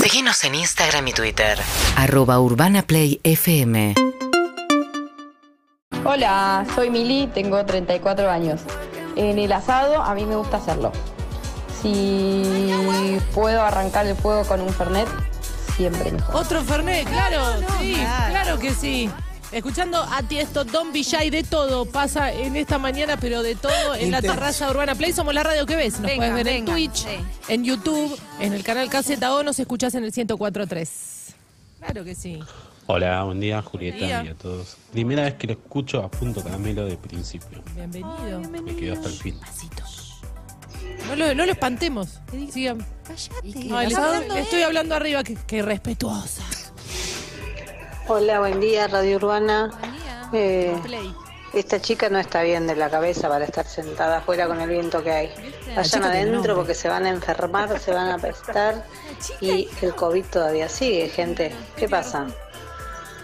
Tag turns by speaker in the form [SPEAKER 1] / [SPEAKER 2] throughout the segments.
[SPEAKER 1] Seguinos en Instagram y Twitter.
[SPEAKER 2] Arroba Urbana Play FM.
[SPEAKER 3] Hola, soy Mili, tengo 34 años. En el asado a mí me gusta hacerlo. Si puedo arrancar el fuego con un fernet, siempre mejor.
[SPEAKER 4] Otro Fernet, claro, sí, claro que sí. Escuchando a Tiesto, Don Villay, de todo pasa en esta mañana, pero de todo en la terraza Urbana Play. Somos la radio que ves. Nos
[SPEAKER 5] Venga,
[SPEAKER 4] puedes ver en
[SPEAKER 5] venga,
[SPEAKER 4] Twitch,
[SPEAKER 5] sí.
[SPEAKER 4] en YouTube, en el canal Caseta O, nos escuchás en el 1043. Claro que sí.
[SPEAKER 6] Hola, buen día Julieta
[SPEAKER 4] Buen día.
[SPEAKER 6] y a todos. Primera vez que lo escucho a punto caramelo de principio.
[SPEAKER 4] Bienvenido.
[SPEAKER 6] Me quedo hasta el fin.
[SPEAKER 4] No lo, no lo espantemos. Sigan. No, le- le estoy hablando arriba, que, que respetuosa.
[SPEAKER 7] Hola, buen día, Radio Urbana. Eh, esta chica no está bien de la cabeza para estar sentada afuera con el viento que hay.
[SPEAKER 4] chica
[SPEAKER 7] Vayan
[SPEAKER 4] tiene nombre.
[SPEAKER 7] adentro porque se van a enfermar, se van a apestar y el COVID todavía sigue, gente. ¿Qué pasa?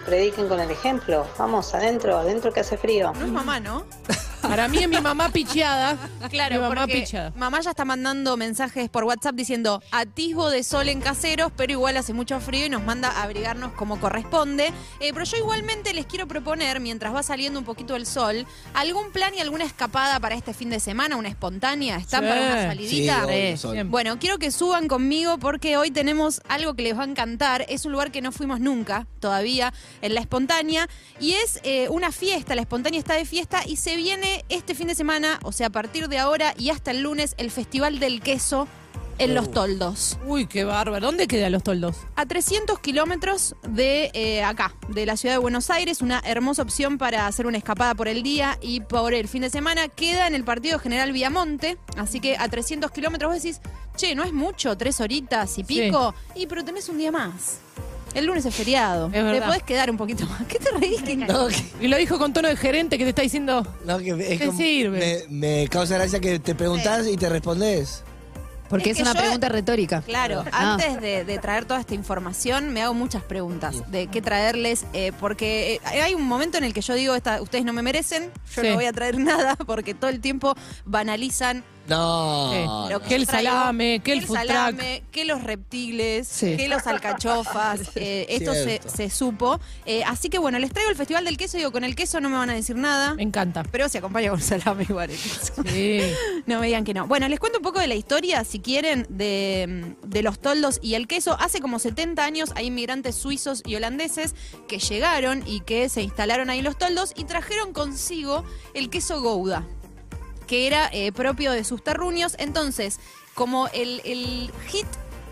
[SPEAKER 7] Prediquen con el ejemplo. Vamos, adentro, adentro que hace frío.
[SPEAKER 5] No es mamá, ¿no?
[SPEAKER 4] Para mí es mi mamá picheada.
[SPEAKER 5] Claro,
[SPEAKER 4] mi mamá
[SPEAKER 5] porque
[SPEAKER 4] picheada.
[SPEAKER 5] mamá ya está mandando mensajes por WhatsApp diciendo atisbo de sol en caseros, pero igual hace mucho frío y nos manda a abrigarnos como corresponde. Eh, pero yo igualmente les quiero proponer, mientras va saliendo un poquito el sol, algún plan y alguna escapada para este fin de semana, una espontánea, ¿están
[SPEAKER 4] Sí.
[SPEAKER 5] para una
[SPEAKER 8] Sí,
[SPEAKER 5] salidita?
[SPEAKER 8] obvio, sol.
[SPEAKER 4] Bien.
[SPEAKER 5] Bueno, quiero que suban conmigo porque hoy tenemos algo que les va a encantar. Es un lugar que no fuimos nunca todavía en La Espontánea y es eh, una fiesta. La Espontánea está de fiesta y se viene este fin de semana, o sea, a partir de ahora y hasta el lunes, el Festival del Queso en Los Toldos.
[SPEAKER 4] Uy, qué bárbaro. ¿Dónde quedan los toldos?
[SPEAKER 5] A 300 kilómetros de eh, acá, de la ciudad de Buenos Aires, una hermosa opción para hacer una escapada por el día y por el fin de semana. Queda en el partido General Viamonte, así que a 300 kilómetros vos decís, che, no es mucho, tres horitas y pico, y pero tenés un día más. El lunes es feriado.
[SPEAKER 4] Es verdad.
[SPEAKER 5] Te podés quedar un poquito más. ¿Qué te reís? Que
[SPEAKER 8] No, que-
[SPEAKER 4] Y lo dijo con tono de gerente que te está diciendo.
[SPEAKER 8] no, que es
[SPEAKER 4] ¿Qué
[SPEAKER 8] como-
[SPEAKER 4] sirve?
[SPEAKER 8] Me, me causa gracia que te preguntás y te respondés.
[SPEAKER 9] Porque es,
[SPEAKER 5] Es que
[SPEAKER 9] una
[SPEAKER 5] yo-
[SPEAKER 9] pregunta retórica.
[SPEAKER 5] Claro,
[SPEAKER 4] Ah.
[SPEAKER 5] antes de, de traer toda esta información me hago muchas preguntas de qué traerles, eh, porque eh, hay un momento en el que yo digo, esta, ustedes no me merecen, yo
[SPEAKER 4] Sí.
[SPEAKER 5] no voy a traer nada, porque todo el tiempo banalizan
[SPEAKER 8] No.
[SPEAKER 4] Sí.
[SPEAKER 8] no.
[SPEAKER 5] lo
[SPEAKER 4] Que el
[SPEAKER 5] traigo,
[SPEAKER 4] salame, que el food truck.
[SPEAKER 5] que los reptiles,
[SPEAKER 9] Sí.
[SPEAKER 5] que los alcachofas, eh, esto se,
[SPEAKER 8] Cierto.
[SPEAKER 5] se supo. Eh, así que bueno, les traigo el Festival del Queso, digo, con el queso no me van a decir nada.
[SPEAKER 4] Me encanta.
[SPEAKER 5] Pero se acompaña con salame igual el queso.
[SPEAKER 4] Sí.
[SPEAKER 5] No me digan que no. Bueno, les cuento un poco de la historia, si quieren, de, mm, de los toldos y el queso. Hace como 70 años hay inmigrantes suizos y holandeses que llegaron y que se instalaron ahí en los toldos y trajeron consigo el queso gouda, que era eh, propio de sus terruños. Entonces, como el, el hit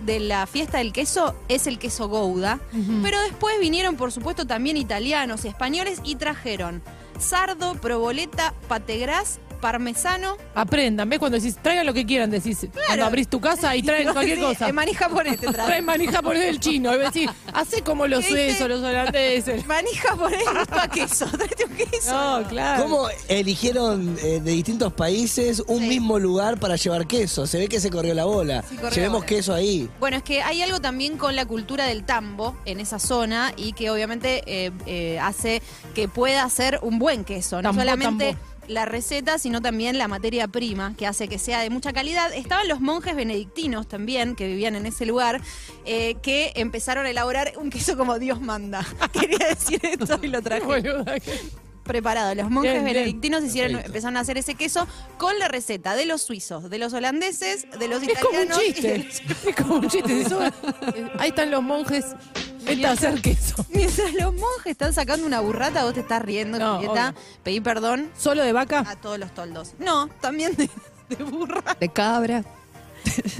[SPEAKER 5] de la fiesta del queso es el queso gouda, pero después vinieron, por supuesto, también italianos y españoles y trajeron sardo, proboleta, pategras, parmesano.
[SPEAKER 4] Aprendan, ¿ves? Cuando decís, traigan lo que quieran, decís, cuando abrís tu casa y traen cualquier cosa.
[SPEAKER 5] El maní japonés te trae.
[SPEAKER 4] Traen manija por el chino. Y vos decís, hace como los
[SPEAKER 5] ¿Qué dice?
[SPEAKER 4] suizos, los holandeses.
[SPEAKER 5] Maní japonés gusta a queso. Tráete un queso.
[SPEAKER 4] No, claro.
[SPEAKER 8] ¿Cómo eligieron eh, de distintos países un mismo lugar para llevar queso? Se ve que se corrió la bola.
[SPEAKER 5] corrió la
[SPEAKER 8] Llevemos
[SPEAKER 5] bola.
[SPEAKER 8] queso ahí.
[SPEAKER 5] Bueno, es que hay algo también con la cultura del tambo en esa zona y que obviamente eh, eh, hace que pueda ser un buen queso. No
[SPEAKER 4] Tambo,
[SPEAKER 5] solamente
[SPEAKER 4] tambo.
[SPEAKER 5] la receta, sino también la materia prima, que hace que sea de mucha calidad. Estaban los monjes benedictinos también, que vivían en ese lugar, eh, que empezaron a elaborar un queso como Dios manda. Quería decir esto y lo traje.
[SPEAKER 4] Boluda, que-
[SPEAKER 5] preparado. Los monjes
[SPEAKER 4] Bien, bien.
[SPEAKER 5] benedictinos hicieron,
[SPEAKER 8] Perfecto.
[SPEAKER 5] empezaron a hacer ese queso con la receta de los suizos, de los holandeses, de los
[SPEAKER 4] Es como un
[SPEAKER 5] italianos. y de
[SPEAKER 4] chiste.
[SPEAKER 5] los-
[SPEAKER 4] Es como un chiste. Eso- Ahí están los monjes. Vete a hacer queso.
[SPEAKER 5] Mientras los monjes están sacando una burrata, vos te estás riendo,
[SPEAKER 4] No,
[SPEAKER 5] Julieta. Pedí perdón
[SPEAKER 4] ¿Solo de vaca?
[SPEAKER 5] a todos los toldos. No, también de, de burra,
[SPEAKER 9] De cabra.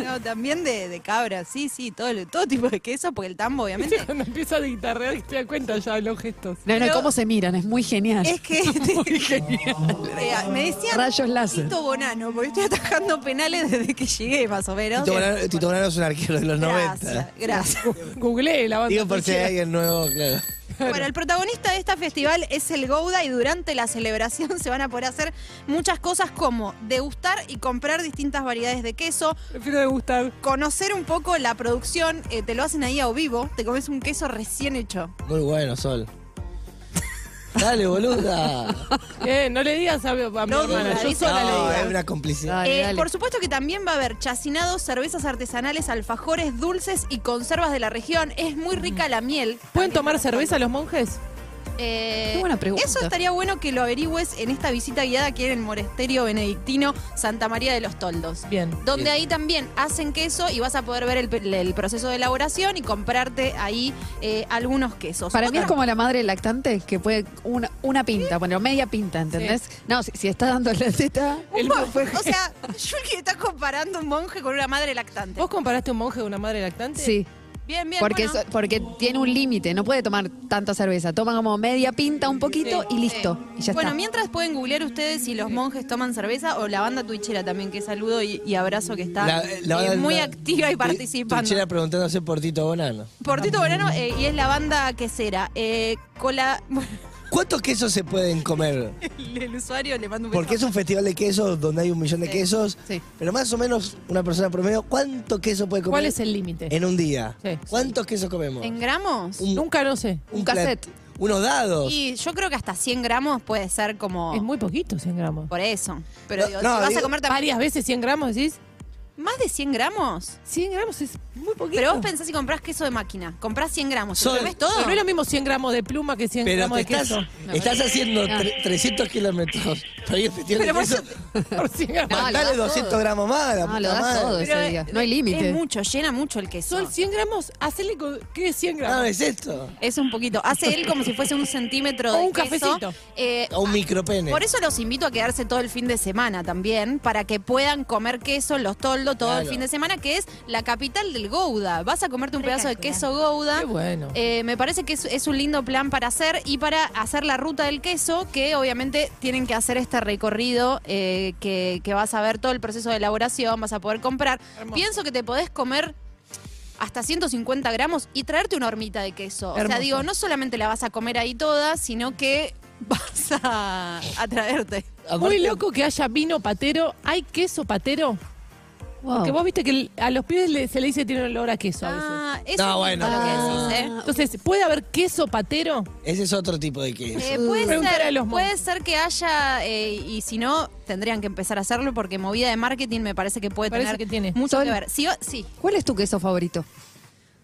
[SPEAKER 5] no, también de, de cabra. Sí, sí, todo, lo- todo tipo de queso, porque el tambo, obviamente.
[SPEAKER 4] Cuando empiezo a guitarrear, te das cuenta ya de los gestos.
[SPEAKER 9] No, no,
[SPEAKER 5] Pero-
[SPEAKER 9] cómo se miran, es muy genial.
[SPEAKER 5] Es que. Eh, me decían.
[SPEAKER 9] Rayos láser.
[SPEAKER 5] Tito Bonano, porque estoy atajando penales desde que llegué, más o menos.
[SPEAKER 8] Tito Bonano, Tito Bonano es un arquero de los 90.
[SPEAKER 5] Gracias, gracias.
[SPEAKER 4] Googleé la banda.
[SPEAKER 8] Digo por si hay alguien nuevo, claro.
[SPEAKER 5] Bueno, el protagonista de este festival es el Gouda y durante la celebración se van a poder hacer muchas cosas como degustar y comprar distintas variedades de queso,
[SPEAKER 4] Prefiero degustar.
[SPEAKER 5] conocer un poco la producción, eh, te lo hacen ahí a vivo, te comes un queso recién hecho.
[SPEAKER 8] Muy bueno, Sol. Dale, boluda.
[SPEAKER 4] Eh, no le digas a, a mi hermana, yo
[SPEAKER 5] avísame.
[SPEAKER 4] sola
[SPEAKER 8] No,
[SPEAKER 4] le
[SPEAKER 8] es
[SPEAKER 4] digo.
[SPEAKER 8] una complicidad.
[SPEAKER 9] Dale,
[SPEAKER 5] Eh,
[SPEAKER 9] dale.
[SPEAKER 5] Por supuesto que también va a haber chacinados, cervezas artesanales, alfajores, dulces y conservas de la región. Es muy rica la miel.
[SPEAKER 4] ¿Pueden tomar cerveza los monjes?
[SPEAKER 5] Eh,
[SPEAKER 9] Qué buena pregunta.
[SPEAKER 5] Eso estaría bueno que lo averigües en esta visita guiada que hay en el monasterio benedictino Santa María de los Toldos.
[SPEAKER 4] Bien.
[SPEAKER 5] Donde
[SPEAKER 6] Bien.
[SPEAKER 5] ahí también hacen queso y vas a poder ver el, pe- el proceso de elaboración y comprarte ahí eh, algunos quesos.
[SPEAKER 9] Para mí es
[SPEAKER 5] Otra-
[SPEAKER 9] como la madre lactante que puede una, una pinta, poner media pinta, ¿entendés? No, si, si está dando la teta.
[SPEAKER 5] Un monje. O sea, Yulki está comparando un monje con una madre lactante.
[SPEAKER 4] ¿Vos comparaste un monje a una madre lactante?
[SPEAKER 9] Sí,
[SPEAKER 5] Bien, bien.
[SPEAKER 9] porque,
[SPEAKER 5] bueno.
[SPEAKER 9] so- porque tiene un límite, no puede tomar tanta cerveza. Toma como media pinta, un poquito y listo. Y ya
[SPEAKER 5] bueno,
[SPEAKER 9] está.
[SPEAKER 5] mientras pueden googlear ustedes si los monjes toman cerveza o la banda tuichera también, que saludo y, y abrazo que está
[SPEAKER 8] La- la-
[SPEAKER 5] eh,
[SPEAKER 8] la-
[SPEAKER 5] muy
[SPEAKER 8] la-
[SPEAKER 5] activa y
[SPEAKER 8] tu-
[SPEAKER 5] participando.
[SPEAKER 8] Tuchera preguntándose por Tito Bonano.
[SPEAKER 5] Por Tito Bonano, eh, y es la banda quesera. Eh, con la-
[SPEAKER 8] ¿Cuántos quesos se pueden comer?
[SPEAKER 5] el usuario le mando un
[SPEAKER 8] Porque es un festival de quesos donde hay un millón de quesos.
[SPEAKER 9] sí.
[SPEAKER 8] Pero más o menos una persona promedio, ¿cuánto queso puede comer
[SPEAKER 4] ¿Cuál es el límite?
[SPEAKER 8] en un día?
[SPEAKER 4] Sí.
[SPEAKER 8] ¿Cuántos quesos comemos?
[SPEAKER 5] ¿En gramos?
[SPEAKER 8] un-
[SPEAKER 4] Nunca lo sé.
[SPEAKER 9] un
[SPEAKER 8] plat-
[SPEAKER 9] cassette.
[SPEAKER 8] Unos dados.
[SPEAKER 5] Y yo creo que hasta 100 gramos puede ser como...
[SPEAKER 4] Es muy poquito 100 gramos.
[SPEAKER 5] Por eso. Pero
[SPEAKER 8] No,
[SPEAKER 5] digo,
[SPEAKER 8] no,
[SPEAKER 5] si vas
[SPEAKER 8] digo-
[SPEAKER 5] a comer también...
[SPEAKER 4] ¿Varias veces 100 gramos decís?
[SPEAKER 5] ¿Más de 100 gramos?
[SPEAKER 4] 100 gramos es muy poquito.
[SPEAKER 5] Pero vos pensás si comprás queso de máquina. Comprás 100 gramos.
[SPEAKER 8] Son-
[SPEAKER 5] ¿Lo ves todo?
[SPEAKER 4] No es lo mismo 100 gramos de pluma que 100
[SPEAKER 8] Pero
[SPEAKER 4] gramos
[SPEAKER 8] te
[SPEAKER 4] de
[SPEAKER 8] estás,
[SPEAKER 4] queso.
[SPEAKER 8] estás haciendo tre- 300 kilómetros para ir al festival de
[SPEAKER 5] Pero por
[SPEAKER 8] quesos.
[SPEAKER 4] Por 100 gramos.
[SPEAKER 9] No, lo
[SPEAKER 8] Dale
[SPEAKER 9] das
[SPEAKER 8] 200
[SPEAKER 9] todo.
[SPEAKER 8] gramos más.
[SPEAKER 9] No,
[SPEAKER 8] la
[SPEAKER 9] lo
[SPEAKER 8] puta
[SPEAKER 9] das
[SPEAKER 8] madre.
[SPEAKER 9] todo
[SPEAKER 5] Pero,
[SPEAKER 9] ese
[SPEAKER 5] eh,
[SPEAKER 9] día. No hay
[SPEAKER 5] Es
[SPEAKER 9] límite.
[SPEAKER 5] mucho, llena mucho el queso.
[SPEAKER 4] Son 100 gramos, hacele con... ¿Qué es 100
[SPEAKER 8] No,
[SPEAKER 4] gramos?
[SPEAKER 8] es esto.
[SPEAKER 5] Es un poquito. Hace él como si fuese un centímetro
[SPEAKER 4] O
[SPEAKER 5] de
[SPEAKER 4] un
[SPEAKER 5] queso.
[SPEAKER 4] cafecito.
[SPEAKER 5] Eh,
[SPEAKER 8] O un
[SPEAKER 4] ah,
[SPEAKER 8] micropene.
[SPEAKER 5] por eso los invito a quedarse todo el fin de semana también, para que puedan comer queso en los toldos todo el
[SPEAKER 8] Claro.
[SPEAKER 5] fin de semana, que es la capital del Gouda. Vas a comerte un pedazo de queso Gouda.
[SPEAKER 4] Qué bueno.
[SPEAKER 5] Eh, me parece que es, es un lindo plan para hacer y para hacer la ruta del queso, que obviamente tienen que hacer este recorrido eh, que, que vas a ver todo el proceso de elaboración, vas a poder comprar. Pienso que te podés comer hasta 150 gramos y traerte una hormita de queso. O sea,
[SPEAKER 4] Hermoso.
[SPEAKER 5] digo, no solamente la vas a comer ahí toda, sino que vas a, a traerte.
[SPEAKER 8] Aparte-
[SPEAKER 4] Muy loco que haya vino patero. ¿Hay queso patero?
[SPEAKER 9] Wow.
[SPEAKER 4] Porque vos viste que el- a los pibes le- se le dice tiene olor a queso a veces.
[SPEAKER 5] Ah, es
[SPEAKER 8] No,
[SPEAKER 5] lindo
[SPEAKER 8] bueno.
[SPEAKER 5] lo que decís, ¿eh?
[SPEAKER 4] Entonces, ¿puede haber queso patero?
[SPEAKER 8] Ese es otro tipo de queso.
[SPEAKER 5] Eh, puede,
[SPEAKER 4] Preguntar a
[SPEAKER 5] ser,
[SPEAKER 4] los
[SPEAKER 5] puede
[SPEAKER 4] monjes.
[SPEAKER 5] ser que haya, eh, y si no, tendrían que empezar a hacerlo porque movida de marketing me parece que puede
[SPEAKER 4] Parece
[SPEAKER 5] tener
[SPEAKER 4] que tiene.
[SPEAKER 5] mucho
[SPEAKER 9] Sol.
[SPEAKER 5] que ver. Sí, o- sí.
[SPEAKER 9] ¿Cuál es tu queso favorito?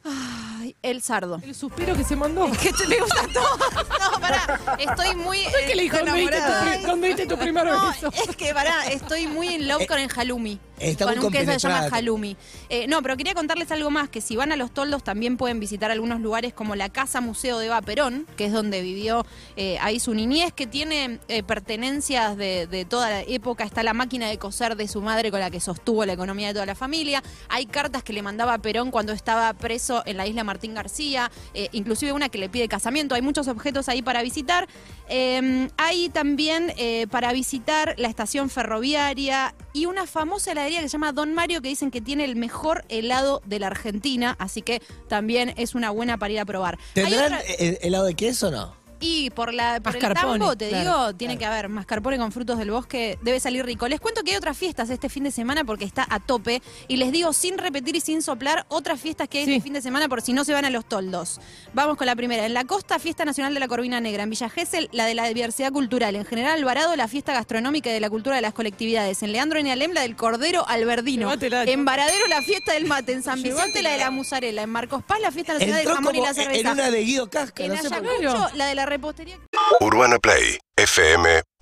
[SPEAKER 5] Ay, el sardo.
[SPEAKER 4] El suspiro que se mandó.
[SPEAKER 5] Que te me gusta todo. No, pará, estoy muy
[SPEAKER 4] ¿Sabés qué le dijo?
[SPEAKER 5] eh,
[SPEAKER 4] ¿Dónde viste, tu,
[SPEAKER 5] enamorada.
[SPEAKER 4] pri- dónde viste tu primer
[SPEAKER 5] No,
[SPEAKER 4] beso?
[SPEAKER 5] es que pará, estoy muy en love con el halloumi.
[SPEAKER 8] Eh, está
[SPEAKER 5] con
[SPEAKER 8] muy
[SPEAKER 5] un queso que se llama
[SPEAKER 8] compenetrada.
[SPEAKER 5] halloumi. Eh, no, pero quería contarles algo más, que si van a Los Toldos también pueden visitar algunos lugares como la Casa Museo de Eva Perón, que es donde vivió eh, ahí su niñez, que tiene eh, pertenencias de, de toda la época. Está la máquina de coser de su madre con la que sostuvo la economía de toda la familia. Hay cartas que le mandaba Perón cuando estaba preso en la isla Martín García, eh, inclusive una que le pide casamiento. Hay muchos objetos ahí para visitar. Eh, hay también eh, para visitar la estación ferroviaria y una famosa heladería que se llama Don Mario que dicen que tiene el mejor helado de la Argentina, así que también es una buena para ir a probar. Hay
[SPEAKER 8] ¿Tendrán
[SPEAKER 5] otra-
[SPEAKER 8] eh, helado de queso o no?
[SPEAKER 5] y por, la, por el
[SPEAKER 4] Mascarpone,
[SPEAKER 5] tambo, te
[SPEAKER 4] claro,
[SPEAKER 5] digo, tiene que haber mascarpone con frutos del bosque, debe salir rico. Les cuento que hay otras fiestas este fin de semana porque está a tope. Y les digo, sin repetir y sin soplar, otras fiestas que hay
[SPEAKER 4] Sí.
[SPEAKER 5] este fin de semana por si no se van a los toldos. Vamos con la primera. En la costa, Fiesta Nacional de la Corvina Negra. En Villa Gesell, la de la diversidad cultural. En General Alvarado, la fiesta gastronómica y de la cultura de las colectividades. En Leandro Nealem, la del Cordero Alberdino.
[SPEAKER 4] Llévatela,
[SPEAKER 5] en Varadero, la fiesta del mate. En San Vicente, la de la musarela. En Marcos Paz, la fiesta nacional del
[SPEAKER 8] Entró
[SPEAKER 5] jamón y
[SPEAKER 8] como
[SPEAKER 5] la
[SPEAKER 8] en
[SPEAKER 5] cerveza.
[SPEAKER 8] una de Guido Casca.
[SPEAKER 5] En
[SPEAKER 8] No sé por qué.
[SPEAKER 5] Ayacucho, la de la repostería.
[SPEAKER 10] UrbanaPlayFM.com